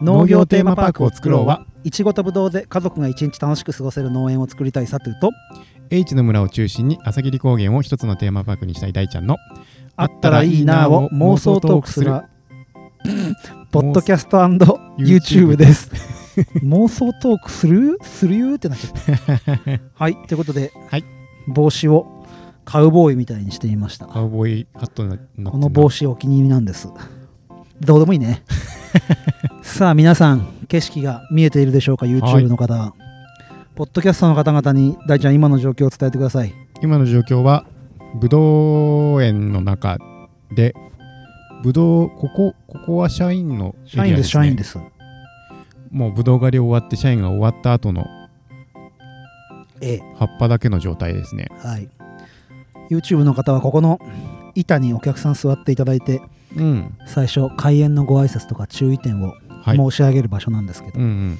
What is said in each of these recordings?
農業テーマパークを作ろうはいちごとぶどうで家族が一日楽しく過ごせる農園を作りたいサトゥと H の村を中心に朝霧高原を一つのテーマパークにしたい大ちゃんのあったらいいなぁを妄想トークす るポッドキャスト &YouTube です妄想トークするするよってなっちゃった はいということで、はい帽子をカウボーイみたいにしてみましたカウボーイハットになってんなこの帽子お気に入りなんですどうでもいい ねさあ皆さん景色が見えているでしょうか YouTube の方は、ポッドキャストの方々に大ちゃん今の状況を伝えてください今の状況はぶどう園の中でぶどうここここは社員のエリ社ア員で、ですね、す社員ですもうぶどう狩り終わって社員が終わった後のええ葉っぱだけの状態ですねはい YouTube の方はここの板にお客さん座っていただいてうん最初開演のご挨拶とか注意点をはい申し上げる場所なんですけど、うんうん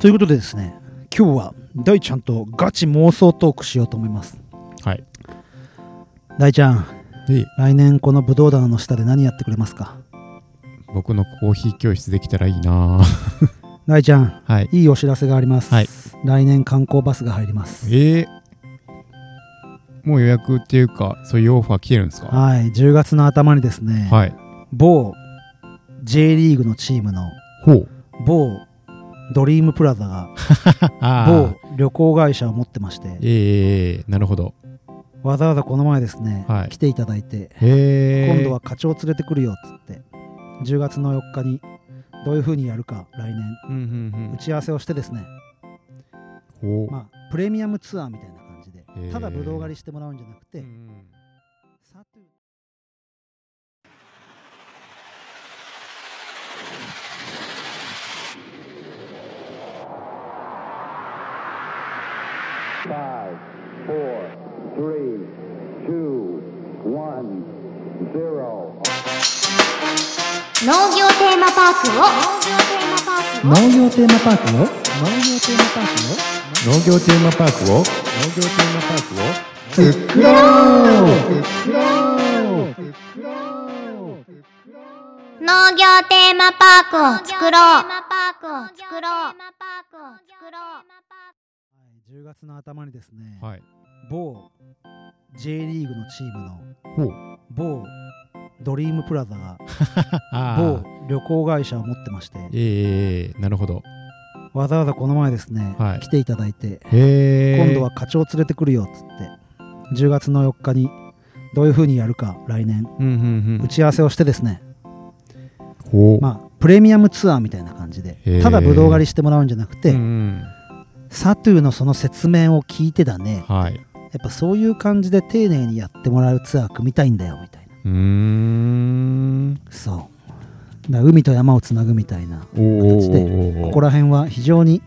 ということでですね今日は大ちゃんとガチ妄想トークしようと思いますはい大ちゃんで来年このブドウ棚の下で何やってくれますか僕のコーヒー教室できたらいいなぁ 大ちゃんはいいいお知らせがあります、はい来年観光バスが入りますえー、もう予約っていうかそういうオファー来てるんですかはい10月の頭にですね、はい某 J リーグのチームのほう某ドリームプラザが某ああ旅行会社を持ってましえてーえーなるほどわざわざこの前ですね、はい来ていただいてへえ今度は課長連れてくるよっつって10月の4日にどういうふうにやるか来年うんうん打ち合わせをしてですね、うんおまあ、プレミアムツアーみたいな感じでへーただブドウ狩りしてもらうんじゃなくて、うんサトゥ Five, four, three, two, one, zero. 農業テーマパークを農業テーマパークよ農業テーマパークよ農業テーマパークを農業テーマパークを農業テーマパークを作ろう作ろうはい、10月の頭にですね、はい某 J リーグのチームのほう某ドリームプラザがあ某ー旅行会社を持ってましてええなるほどわざわざこの前ですね、はい来ていただいて、へえ今度は課長連れてくるよっつって10月の4日にどういうふうにやるか来年うんうんう打んち合わせをしてですね、ほうまあ、プレミアムツアーみたいな感じでへーただブドウ狩りしてもらうんじゃなくて、うんうんサトゥーのその説明を聞いてだねはいやっぱそういう感じで丁寧にやってもらうツアー組みたいんだよみたいなうーんそうだから海と山をつなぐみたいなおーおーおーおこーこら辺は非常に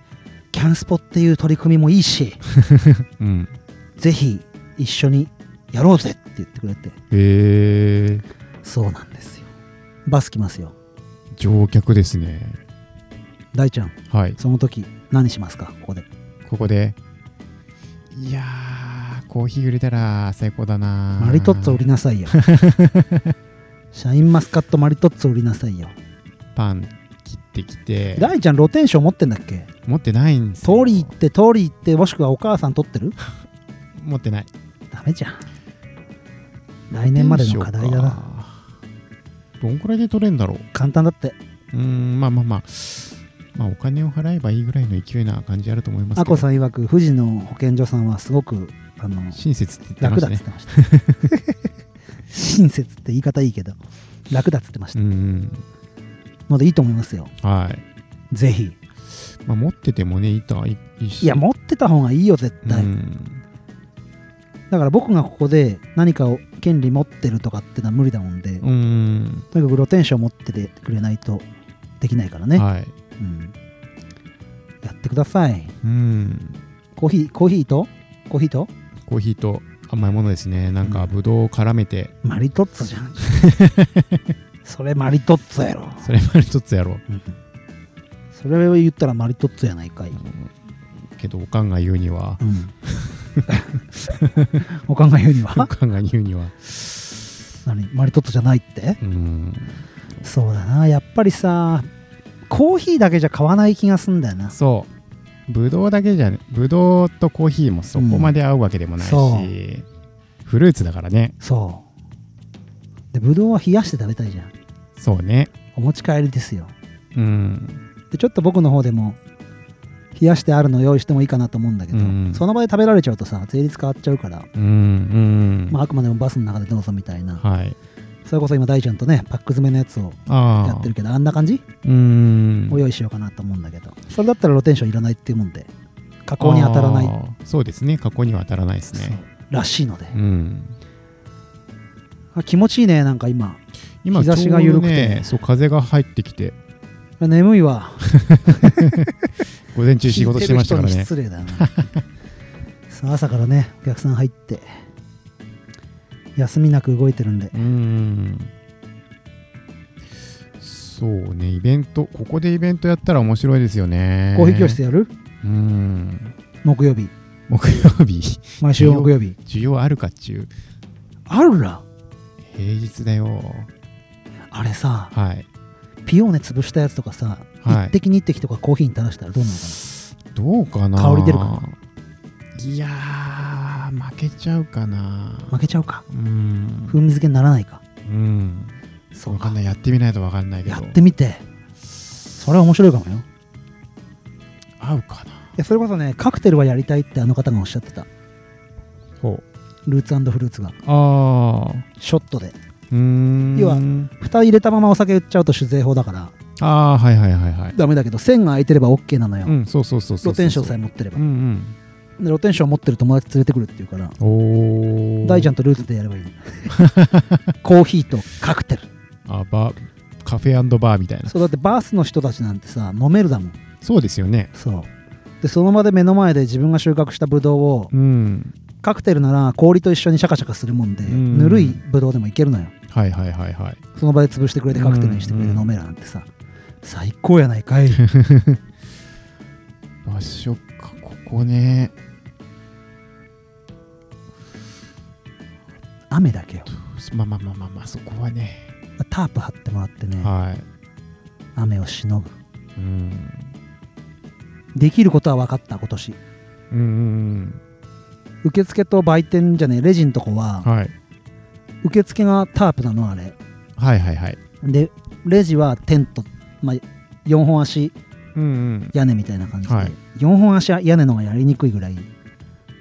キャンスポっていう取り組みもいいしうんぜひ一緒にやろうぜって言ってくれてへえそうなんですよバス来ますよ乗客ですね大ちゃんはいその時何しますかここでここでいやーコーヒー売れたら最高だなマリトッツォ売りな さいよシャインマスカットマリトッツォ売りなさいよパン切ってきて大ちゃん露天商持ってんだっけ持ってないんです通より行って通り行ってもしくはお母さん取ってる 持ってないダメじゃん来年までの課題だどうしなようかどんくらいで取れんだろう簡単だってうーんまあまあまあまあお金を払えばいいぐらいの勢いな感じあると思いますあけどこさん曰く富士の保健所さんはすごくあの親切って言ってま楽しだたっつねってました親切って言い方いいけど楽だっつってましうたんうんのでいいと思いますよはい、ぜひまあ、持っててもねいたいいしいや持ってた方がいいよ絶対、うんだから僕がここで何かを権利持ってるとかってのは無理だもんで、うんとにかく露天商持っててくれないとできないからね、はいうん、やってくださいうんコーヒーコーヒーとコーヒーとコーヒーと甘いものですねなんかぶどうを絡めてマリトッツォじゃん それマリトッツォやろそれまでちょっとやろうそれを言ったらマリトッツォやないかい、けどおかんが言う にはうん、 お考えようにおはかんが言うには何マリトッツォじゃないってうんそうだなやっぱりさコーヒーだけじゃ買わない気がすんだよなそうぶどうだけじゃねぶどうとコーヒーもそこまで合うわけでもないし、うんそフルーツだからねそうでぶどうは冷やして食べたいじゃんそうねお持ち帰りですようんでちょっと僕の方でも冷やしてあるの用意してもいいかなと思うんだけど、うんその場で食べられちゃうとさ税率変わっちゃうから、うんうん、まあ、あくまでもバスの中でどうぞみたいな、はいそれこそ今大ちゃんとねパック詰めのやつをああやってるけどあんな感じうんを用意しようかなと思うんだけどそれだったらロテンションいらないっていうもんで加工に当たらないあーそうですね加工には当たらないですねらしいので、うんあ気持ちいいねなんか今今日差しがちょ緩うどくてねそう風が入ってきて眠いわ午前中仕事してましたから聞いねてる人に失礼だよ なさあ朝からねお客さん入って休みなく動いてるんでうんそうねイベントここでイベントやったら面白いですよねコーヒー教室やるうん木曜日木曜日 毎週木曜日需要あるかっちゅうあるら平日だよあれさはいピオーネ潰したやつとかさ、はい一滴二滴とかコーヒーに垂らしたらどうなのかどうかな香り出るかないやー負けちゃうかなな負けちゃうかうん風味付けにならないかうんそわかんないやってみないとわかんないけどやってみてそれは面白いかもよい合うかなやそれこそねカクテルはやりたいってあの方がおっしゃってたほうルーツフルーツがああショットでうーん要は蓋入れたままお酒売っちゃうと酒税法だからああはいはいはいはいダメだけど線が開いてれば OK なのよ、うんそうそうそうそうそう露天商さえ持ってれば、うんで露天商持ってる友達連れてくるっていうからうんおお大ちゃんんとルーツでやればいい コーヒーとカクテルあバーカフェバーみたいなそそうだってバースの人たちなんてさ飲めるだもんうですよねそうでその場で目の前で自分が収穫したブドウをうんカクテルなら氷と一緒にシャカシャカするもんでうんぬるいブドウでもいけるのよはいはいはいはいその場で潰してくれてカクテルにしてくれてうん飲めるなんてさ最高やないか い場所かここね雨だけよまあまあまあまあまあそこはねタープ張ってもらってねはい雨をしのぐうんできることは分かった今年うんうん受付と売店じゃねえレジのとこうんははい受付がタープなのあれはいはいはいでレジはテント、まあ、4本足うんうん屋根みたいな感じで、はい4本足屋根のがやりにくいぐらい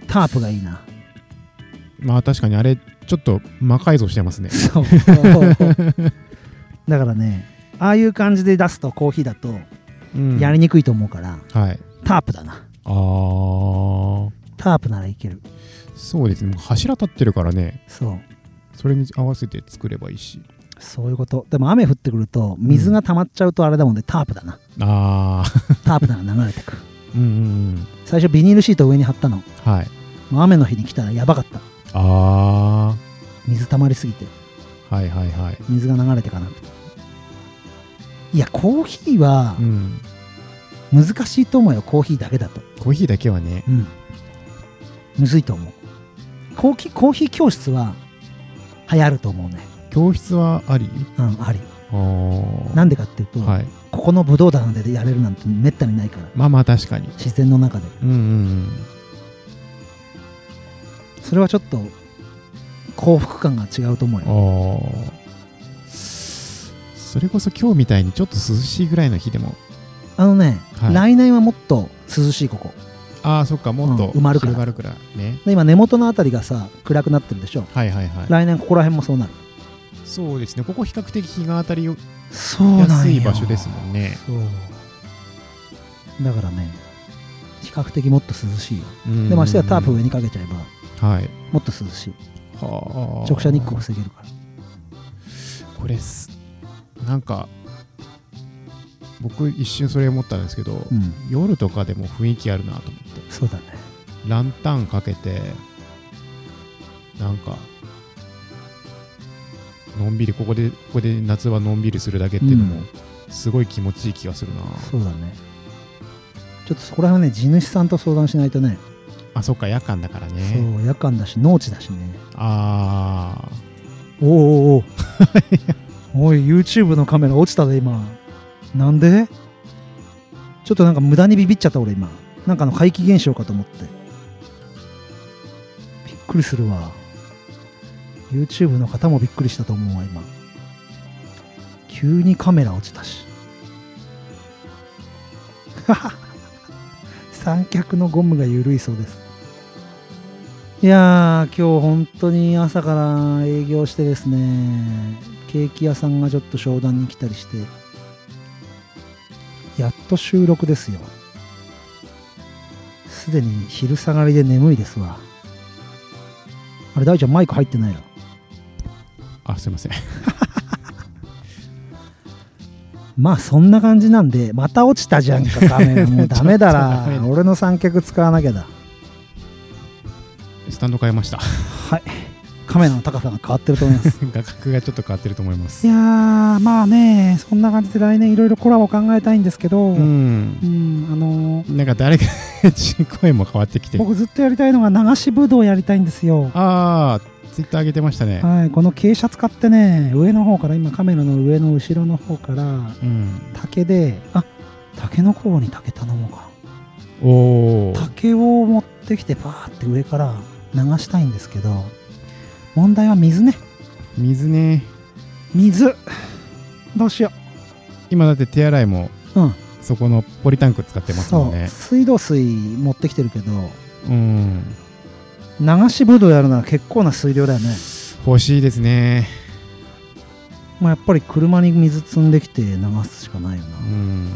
タープがいいなまあ確かにあれちょっと魔改造してますねそうだからねああいう感じで出すとコーヒーだとうんやりにくいと思うから、はいタープだなああタープならいけるそうですねもう柱立ってるからねそうそれに合わせて作ればいいしそういうことでも雨降ってくると水が溜まっちゃうとあれだもんで、タープだなああタープなら流れてくうんうんうん最初ビニールシートを上に貼ったの はいもう雨の日に来たらやばかったあ水溜まりすぎてあはいはいはい水が流れてかなくていやコーヒーはうん難しいと思うよコーヒーだけだとコーヒーだけはねうんむずいと思うコーヒーコーヒー教室は流行ると思うね教室はありうんありあーなんでかっていうと、はいここの武道団でやれるなんてめったにないからまあまあ確かに自然の中でうんうんそれはちょっと幸福感が違うと思ううよんああそれこそ今日みたいにちょっと涼しいぐらいの日でもあのね、はい来年はもっと涼しいここああそっかもっうとん埋まるから広がるからねで今根元のあたりがさ暗くなってるでしょはいはいはい来年ここら辺もそうなるそうですねここ比較的日が当たりよそうなん安よい場所ですもんねそうだからね比較的もっと涼しいようんでましてはタープ上にかけちゃえばはいもっと涼しいはあ直射日光防げるからこれすなんか僕一瞬それ思ったんですけど、うん夜とかでも雰囲気あるなと思ってそうだねランタンかけてなんかのんびりここでここで夏はのんびりするだけっていうのうもんすごい気持ちいい気がするな、そうだねちょっとそこら辺はね地主さんと相談しないとね、あそっか夜間だからねそう夜間だし農地だしねあおう おうおうおい YouTube のカメラ落ちたで今なんであちょっとなんか無駄にビビっちゃった俺今なんかあの怪奇現象かと思ってびっくりするわ YouTube の方もびっくりしたと思うわ今急にカメラ落ちたし 三脚のゴムが緩いそうですいやー今日本当に朝から営業してですねケーキ屋さんがちょっと商談に来たりしてやっと収録ですよすでに昼下がりで眠いですわあれ大ちゃんマイク入ってないのあすいません まあそんな感じなんでまた落ちたじゃん かダメもうダメだらちょっとダメだ俺の三脚使わなきゃだスタンド変えました はいカメラの高さが変わってると思います画角がちょっと変わってると思いますいやーまあねそんな感じで来年いろいろコラボ考えたいんですけど、ううんんあのーなんか 誰か声も変わってきて僕ずっとやりたいのが流しぶどうやりたいんですよああツイッター上げてましたねはい、この傾斜使ってね上の方から今カメラの上の後ろの方からうん竹であ竹の甲に竹頼もうかおおな竹を持ってきてバーって上から流したいんですけど問題は水ね水ね水どうしよ今だって手洗いもううんそこのポリタンク使ってますもんそうね水道水持ってきてるけどうん流しぶどうやるなら結構な水量だよね、欲しいですねまあ、やっぱり車に水積んできて流すしかないよな、うん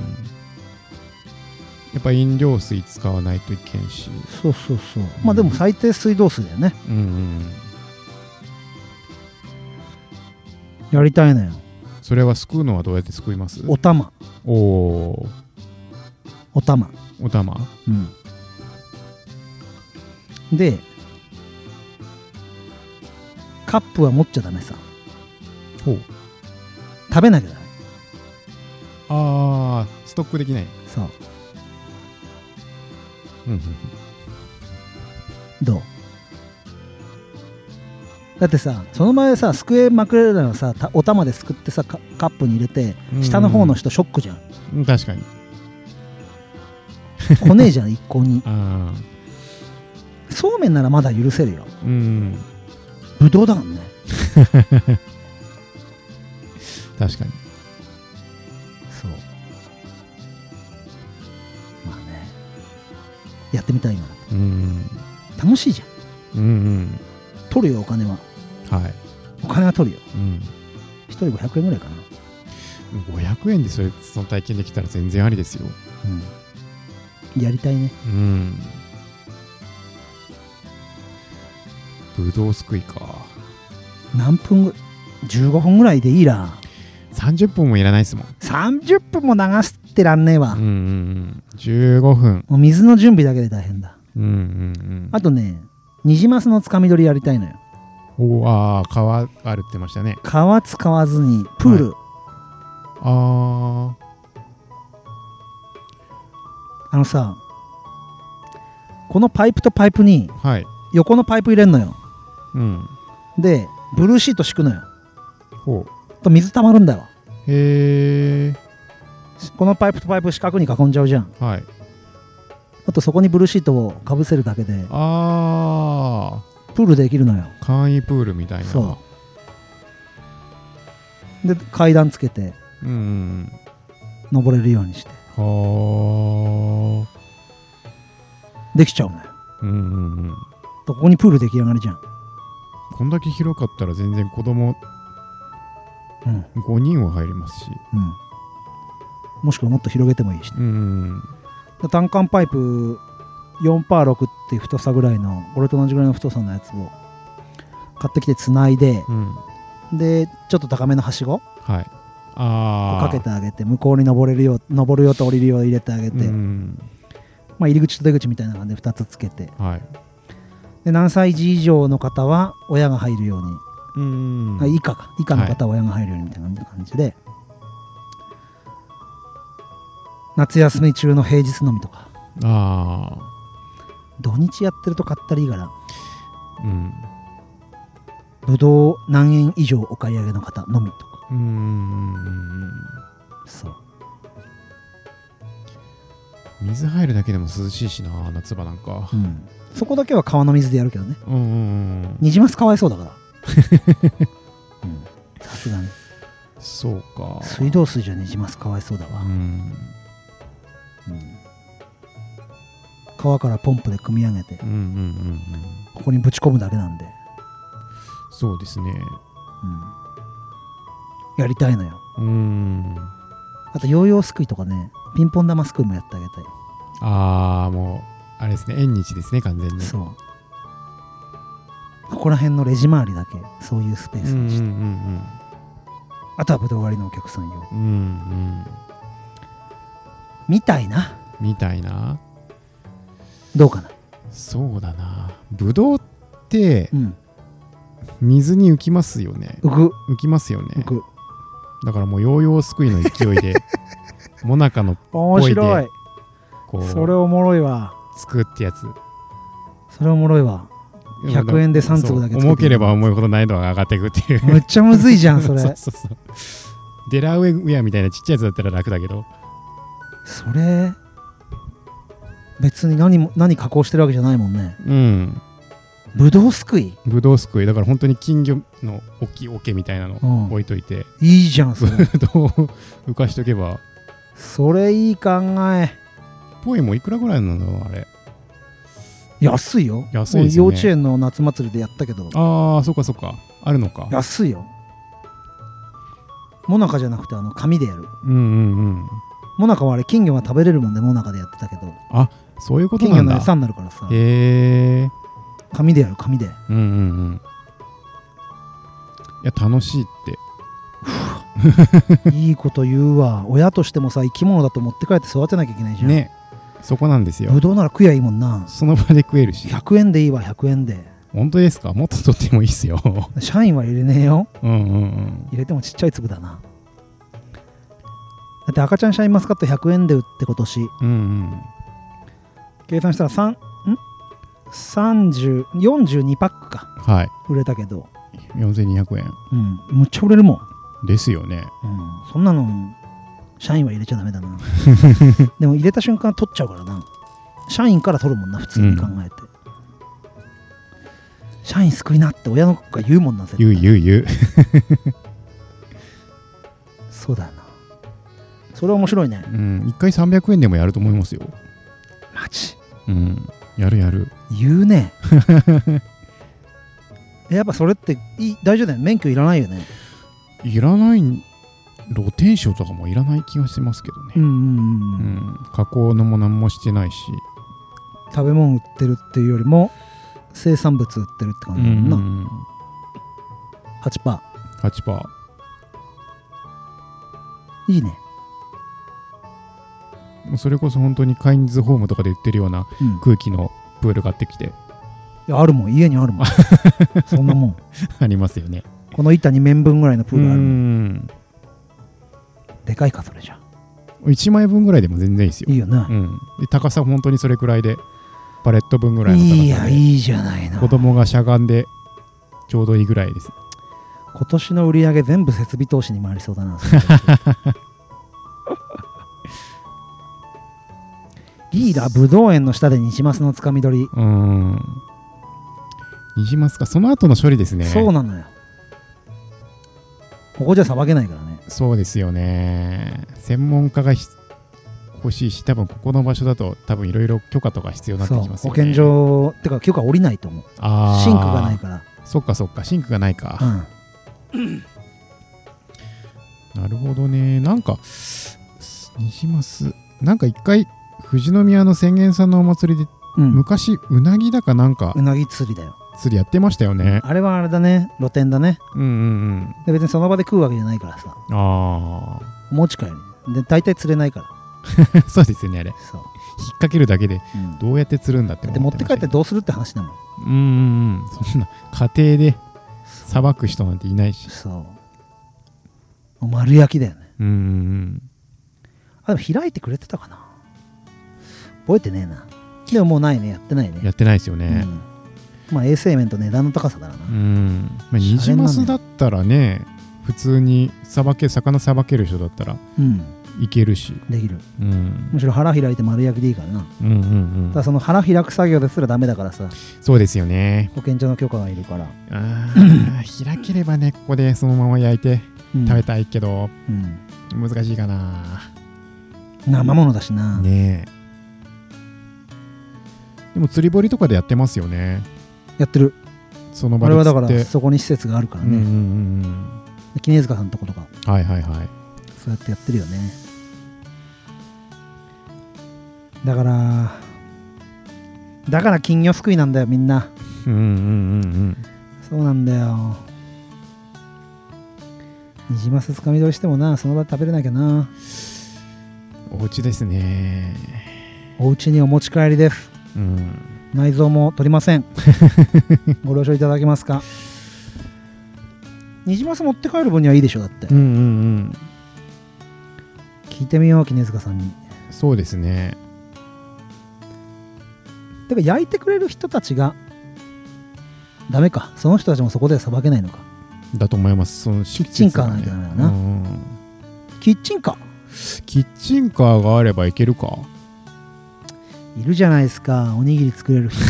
やっぱ飲料水使わないといけんしそうそうそうまあでも最低水道水だよねうんうんやりたいのよそれはすくうのはどうやってすくいますお玉おおお玉お玉うんでカップは持っちゃダメさほう食べなきゃダメあーストックできないそううんどうだってさその前さ机まくれるのさたお玉ですくってさカカップに入れてうん下の方の人ショックじゃんうん確かに来ねえじゃん一向にあそうめんならまだ許せるよあうんぶどうだからね確かにそうまあねやってみたいなうん楽しいじゃんうんうん取るよお金ははいお金は取るようん1人500円ぐらいかな、 500円でそれその体験できたら全然ありですようん、やりたいねうんぶどうすくいか何分ぐ15分ぐらいでいいら30分もいらないですもん30分も流してらんねえわ、うんうもんうん15分う水の準備だけで大変だうんうんうんあとねニジマスのつかみ取りやりたいのよおあー川あるって言ってましたね皮使わずにプール、ああのさこのパイプとパイプにあはい横のパイプ入れんのようんでブルーシート敷くのよほと水たまるんだようへえこのパイプとパイプ四角に囲んじゃうじゃんはいあとそこにブルーシートをかぶせるだけであプールできるのよあ簡易プールみたいなそで階段つけてううん登れるようにしてうんはできちゃうのよあうんうんうんとここにプール出来上がりじゃん、こんだけ広かったら全然子供うんうん、 5人は入りますしもしくはもっと広げてもいいしうんうんで単管パイプ4パー6っていう太さぐらいの俺と同じぐらいの太さのやつを買ってきてつないでうんうんでちょっと高めのはしごをはいああかけてあげて向こうに登れるよう登るよと降りるよう入れてあげて、うんまあ、入り口と出口みたいな感じで2つつけてはいで何歳児以上の方は親が入るようにうんあ以下か以下の方は親が入るようにみたいな感じで、夏休み中の平日のみとかあ土日やってると買ったりいいからあうんぶどう何円以上お買い上げの方のみとかうんうんうんうんそう水入るだけでも涼しいしな夏場なんかうん、そこだけは川の水でやるけどねうんうんうんニジマスかわいそうだ からうんさすがにそうか水道水じゃニジマスかわいそうだうわ、んうん川からポンプで組み上げてうんうんうんうんここにぶち込むだけなんで、そうですねうん、やりたいのようんあとヨーヨーすくいとかねピンポン玉すくいもやってあげたい、ああもうあれですね縁日ですね完全にそうここら辺のレジ周りだけそういうスペーうスんにして、うんうんあとはぶどう割りのお客さん用うんうんみたいなうんみたいなどうかなそうだなぶどうってうん水に浮きますよねうぐ浮きますよねうぐだからもうヨーヨーすくいの勢い でもなかの面白いこそれうおもろいわ作ってやつそれおもろい わ100円で3粒だけ作ってそう重ければ重いほど難易度が上がっていくって いうむっちゃむずいじゃんそ そうれそうそうデラウェアみたいなちっちゃいやつだったら楽だけどそれ別に何も何加工してるわけじゃないもんねうんぶどうすくいぶどうすくいだから本当に金魚の大きい桶みたいなうんの置いといて いいじゃんそぶれどうを浮かしとけばそれいい考えポエもいくらぐらいなのあれ安いよ安いですよね幼稚園の夏祭りでやったけどああそっかそっかあるのか安いよもなかじゃなくてあの紙でやるうんうんうんもなかはあれ金魚が食べれるもんでもなかでやってたけどそういうこと金魚なんのだ餌になるからさへえ紙でやる紙 でうんうんうんいや楽しいっていいこと言うわ親としてもさ生き物だと持って帰って育てなきゃいけないじゃんねそこなんですよぶどうなら食やいいもんなその場で食えるし100円でいいわ100円で本当ですかもっと取ってもいいっす よ社員は入れねえようんうんうん入れてもちっちゃい粒だなだって赤ちゃんシャインマスカット100円で売って今年うんうん計算したら3ん30 42パックかはい売れたけど4200円うんむっちゃ売れるもん、です よねうん、そんなの社員は入れちゃダメだ なでも入れた瞬間取っちゃうからな社員から取るもんな普通に考えて、社員救いなって親の子が言うもんな絶対ゆうゆうゆうそうだよなそれ面白いねうん一回300円でもやると思いますよマジうんやるやる言うね やっぱそれっていい大丈夫だよね免許いらないよねいらない露天商とかもいらない気がしてますけどうねんうんううん、ん加工のも何もしてないし食べ物売ってるっていうよりも生産物売ってるって感じだもんな、うん8% 8パいいね、ーそれこそ本当にカインズホームとかで売ってるようなうん、空気のプール買ってきて いやあるもん家にあ るもんそんなもんありますよねこの板2面分ぐらいのプールあるうもんんでかいかそれじゃ1枚分ぐらいでも全然いいですよいいよな、うん、で高さ本当にそれくらいでパレット分ぐらいのい高さやでいいじゃないの子供がしゃがんでちょうどいいぐらいです今年の売り上げ全部設備投資に回りそうだなそれ いいだぶどう園の下でニジマスのつかみ取り、うーんニジマスかその後の処理ですねそうなのよここじゃさばけないからねそうですよね専門家がひ欲しいし多分ここの場所だと多分いろいろ許可とか必要になってそうきます保よ健ね所てか許可下りないと思うあーシンクがないからそっかそっかシンクがないか、うんなるほどね。なんか、ニジマス、なんか一回、富士宮の宣言さんのお祭りで、うん昔、うなぎだかなんかう、なぎ釣りだよ釣りやってましたよね。あれはあれだね露店だねうんうんで別にその場で食うわけじゃないからさうん。あお持ち帰りで大体釣れないからあ、 そうですよね、あれ。引っそう、掛けるだけで、うんどうやって釣るんだってだ思っってて持っ帰ましてたっけてどどうするって話だもんうんうんうん。そんな、家庭で、さばく人なんていないし。そう丸焼きだよねうんうんあでも開いてくれてたかな覚えてねえなでももうないねやってないねうん。やってないですよねう。んまあ衛生面と値段の高さだからな、うん。まあ、ニジマスだったらね、普通に、さばけ、魚さばける人だったら、うんいけるし、できるうん、むしろ腹開いて丸焼きでいいからなたうんうんうだんその腹開く作業ですらダメだからさそうですよね保健所の許可がいるから、あ ー開ければねここでそのまま焼いてうん食べたいけど、うん難しいかな生ものだしな、ねえでも釣り堀とかでやってますよねやってるそのあ場れで釣はってだからそこに施設があるからうんうんうね、んうん絹塚さんのとことかはいはいはいそうやってやってるよねだからだから金魚すくいなんだよみんなうんうんうんそうなんだよニジマスつかみ取りしてもなその場で食べれなきゃなうんお家ですねお家にお持ち帰りですうん内臓も取りませ んご了承いただけますかニジマス持って帰る分にはいいでしょだってうんうんうん聞いてみよう絹塚さんにそうですねてか焼いてくれる人たちがダメかその人たちもそこでさばけないのかだと思いますそのキッチンカーないとダメだなキッチンカキッチンカーがあればいけるかーいるじゃないですかおにぎり作れる人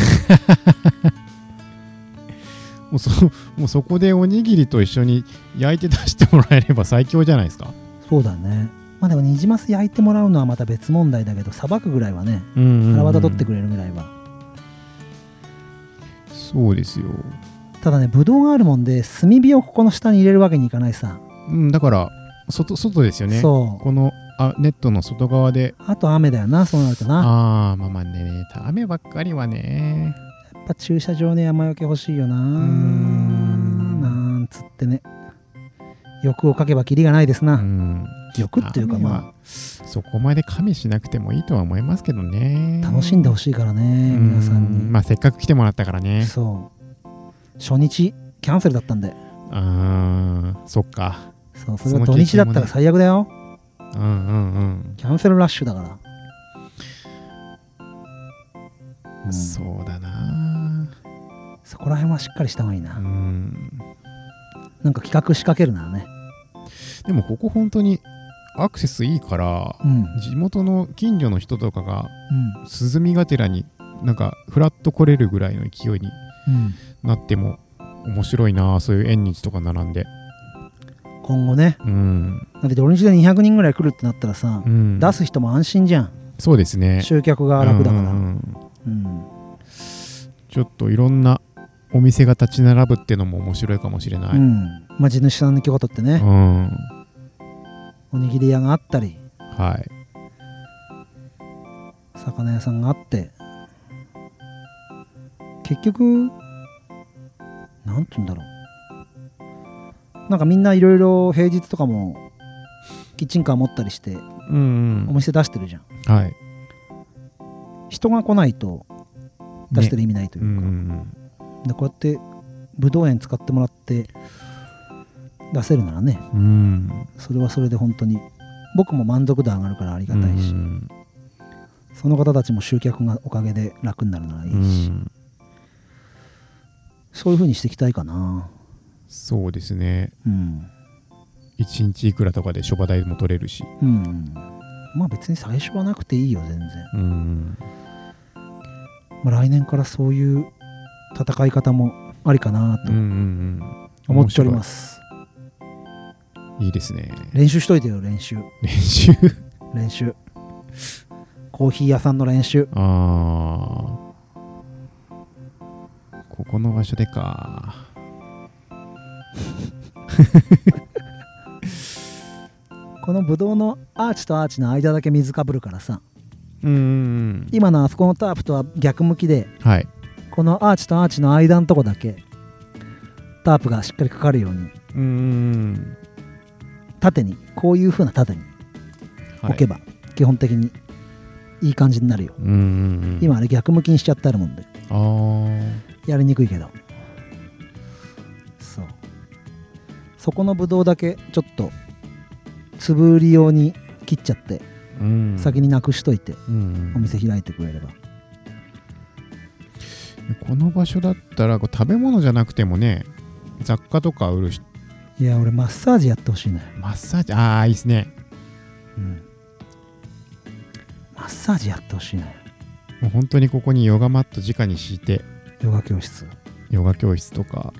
もうそもうそこでおにぎりと一緒に焼いて出してもらえれば最強じゃないですかそうだねまあでもニジマス焼いてもらうのはまた別問題だけどさばくぐらいはね腹渡取ってくれれるぐらいはそうですよ、ただねぶどうがあるもんで炭火をここの下に入れるわけにいかないさ、うん、だから外外ですよねそうこのあネットの外側であと雨だよなそうなるとなああーまあまあね雨ばっかりはねやっぱ駐車場に雨よけ欲しいよなーんなんつってね欲をかけばきりがないですな、うん欲っていうかまあ雨はそこまで加味しなくてもいいとは思いますけどね楽しんでほしいからね皆さんうに、まあせっかく来てもらったからねそう初日キャンセルだったんであーそっかそうそれが土日だったら最悪だよ、うんうんうん、キャンセルラッシュだから、うんそそうだなこら辺はしっかりした方がいいな、うんなんか企画仕掛けるならねでもここ本当にアクセスいいからうんうん地元の近所の人とかが涼みがてらになんかフラッと来れるぐらいの勢いにうんなっても面白いなそういう縁日とか並んで今後ねうん、だって土日で200人ぐらい来るってなったらさ、うん、出す人も安心じゃんそうですね集客が楽だから、うんうんうんうんちょっといろんなお店が立ち並ぶってのも面白いかもしれなうい、んまあ地主さんの京都ってねう、んおにぎり屋があったりはい魚屋さんがあって結局なんて言うんだろうなんかみんないろいろ平日とかもキッチンカー持ったりしてうんお店出してるじゃんはい人が来ないと出してる意味ないといううんうか、んでこうやってぶどう園使ってもらって出せるならねうんうんそれはそれで本当に僕も満足度上がるからありがたいし、うんその方たちも集客がおかげで楽になるならいいし、うんそういう風にしていきたいかなそうですねうん1日いくらとかで諸場代も取れるしうんまあ別に最初はなくていいよ全然、うんまあ、来年からそういう戦い方もありかなうんうとん思っております、うんいいですね練習しといてよ練習練 習練習コーヒー屋さんの練習ああここの場所でかこのブドウのアーチとアーチの間だけ水かぶるからさうんうんうん今のあそこのタープとは逆向きではいこのアーチとアーチの間のとこだけタープがしっかりかかるようにうんうんうん縦にこういう風な縦にはい置けば、基本的にいい感じになるようんうんうん今あれ逆向きにしちゃってあるもんであーやりにくいけどそうそこのぶどうだけちょっとつぶ売り用に切っちゃって、うん先になくしといてうんお店開いてくれればこの場所だったらこう食べ物じゃなくてもね雑貨とか売るしいや俺マッサージやってほしいのよ、マッサージああいいっすねうんマッサージやってほしいなもう本当にここにヨガマット直に敷いてヨガ教室ヨガ教室とか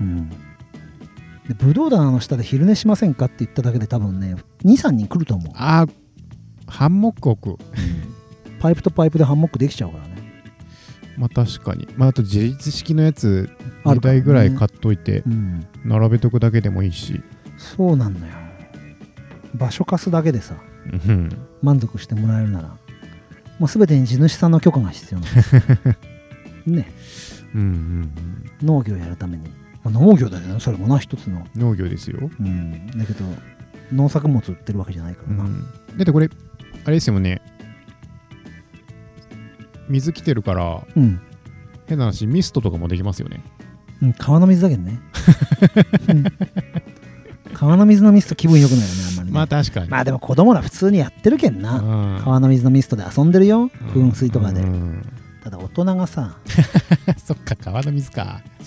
うんでブドウ棚の下で昼寝しませんかって言っただけで多分ね23人来ると思うあーハンモック置くパイプとパイプでハンモックできちゃうからねまあ確かに、まあ、あと自立式のやつあるか2らね台ぐらい買っといてうん並べとくだけでもいいし、そうなんだよ場所貸すだけでさうん、満足してもらえるなら、まあ、全てに地主さんの許可が必要なんです ねうんうん農業やるために、まあ農業だけどねそれもな一つの、うん農業ですよ、うん、だけど農作物売ってるわけじゃないかうらな、ん、だってこれあれですよね水来てるからうん変な話ミストとかもできますよねうん、川の水だけど ね、うん川の水のミスト気分良くないよねあんまりね、まあ確かに、まあでも子供ら普通にやってるけんな、うん川の水のミストで遊んでるよ噴水とかで、うん ただ大人がさ、うんそっか川の水かだって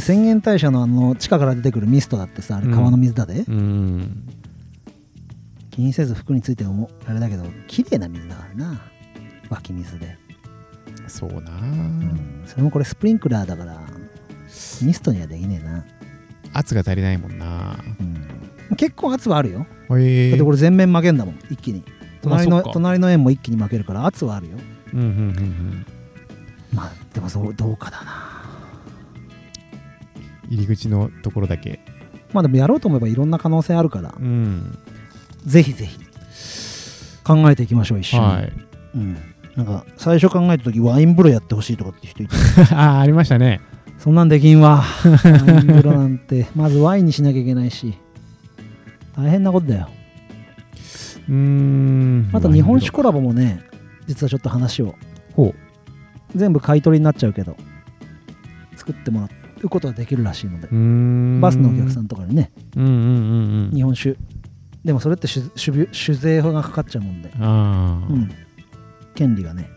浅間大社のあの地下から出てくるミストだってさあれ川の水だで、うん気にせず服についてもあれだけど綺麗な水だからな湧き水で、そうなあ、うん、それもこれスプリンクラーだからミストにはできねえな、圧が足りないもんなうん、結構圧はあるよへだえってこれ全面負けんだもん一気に隣まあのそっか隣の円も一気に負けるから圧はあるようんうんうんうんまあでもそうどうかだな入り口のところだけまあでもやろうと思えばいろんな可能性あるからうんぜひぜひ考えていきましょう一緒に、はい うん、なんか最初考えた時ワイン風呂やってほしいとかって人いたああありましたねそんなんできんわ。ワイン風呂なんて、 まずワインにしなきゃいけないし、大変なことだよ。うーんあと日本酒コラボもね、実はちょっと話を、ほ全部買い取りになっちゃうけど、作ってもらうことはできるらしいのでうう、ーんバスのお客さんんとかにね、うんうんうんうん日本酒。でもそれって酒酒酒税がかかっちゃうもんで、ああ、うん、権利がね、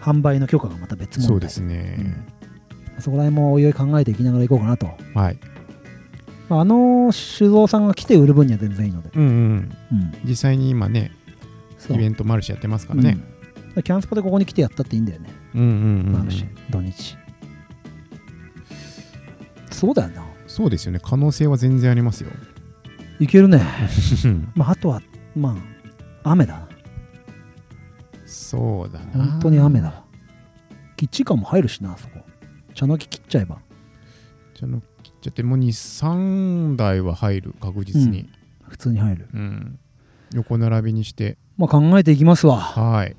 販売の許可がまた別問題そうですね、そこら辺もおいおい考えていきながらいこうかなと。はいまああの酒造さんが来て売る分には全然いいので。うんうんうん実際に今ねそうイベントマルシェやってますからね、うんキャンスパでここに来てやったっていいんだよね、うん、うんうん、マルシェ土日そうだよなそうですよね可能性は全然あり ますよいけるねまああとはまあ雨だなそうだな本当に雨だわキッチンカーも入るしなあそこ茶の木切っちゃえばじゃあの切っちゃってもう23台は入る確実に、普通に入るうん横並びにしてまあ考えていきますわはい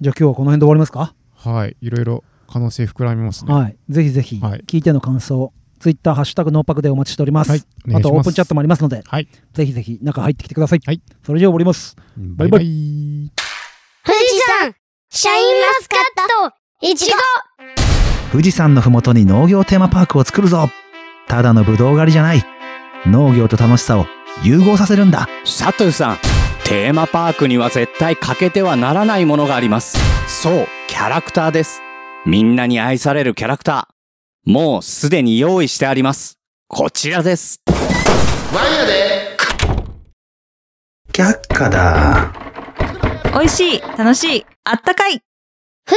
じゃあ今日はこの辺で終わりますか、はいいろいろ可能性膨らみますねはいぜひぜひはい聞いての感想ツイッターハッシュタグノーパクでお待ちしております,、はいお願あいしますとオープンチャットもありますのではい、ぜひぜひ中入ってきてください、はいそれじゃあ終わりますババイイババイイ富士山シャインマスカットいちご富士山のふもとに農業テーマパークを作るぞただのぶどう狩りじゃない農業と楽しさを融合させるんだサトゥさんテーマパークには絶対欠けてはならないものがありますそうキャラクターですみんなに愛されるキャラクターもうすでに用意してありますこちらです却下だ。美味しい、楽しい、あったかい。富士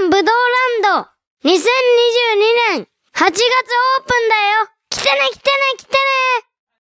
山ぶどうランド2022年8月オープンだよ来てね来てね来てね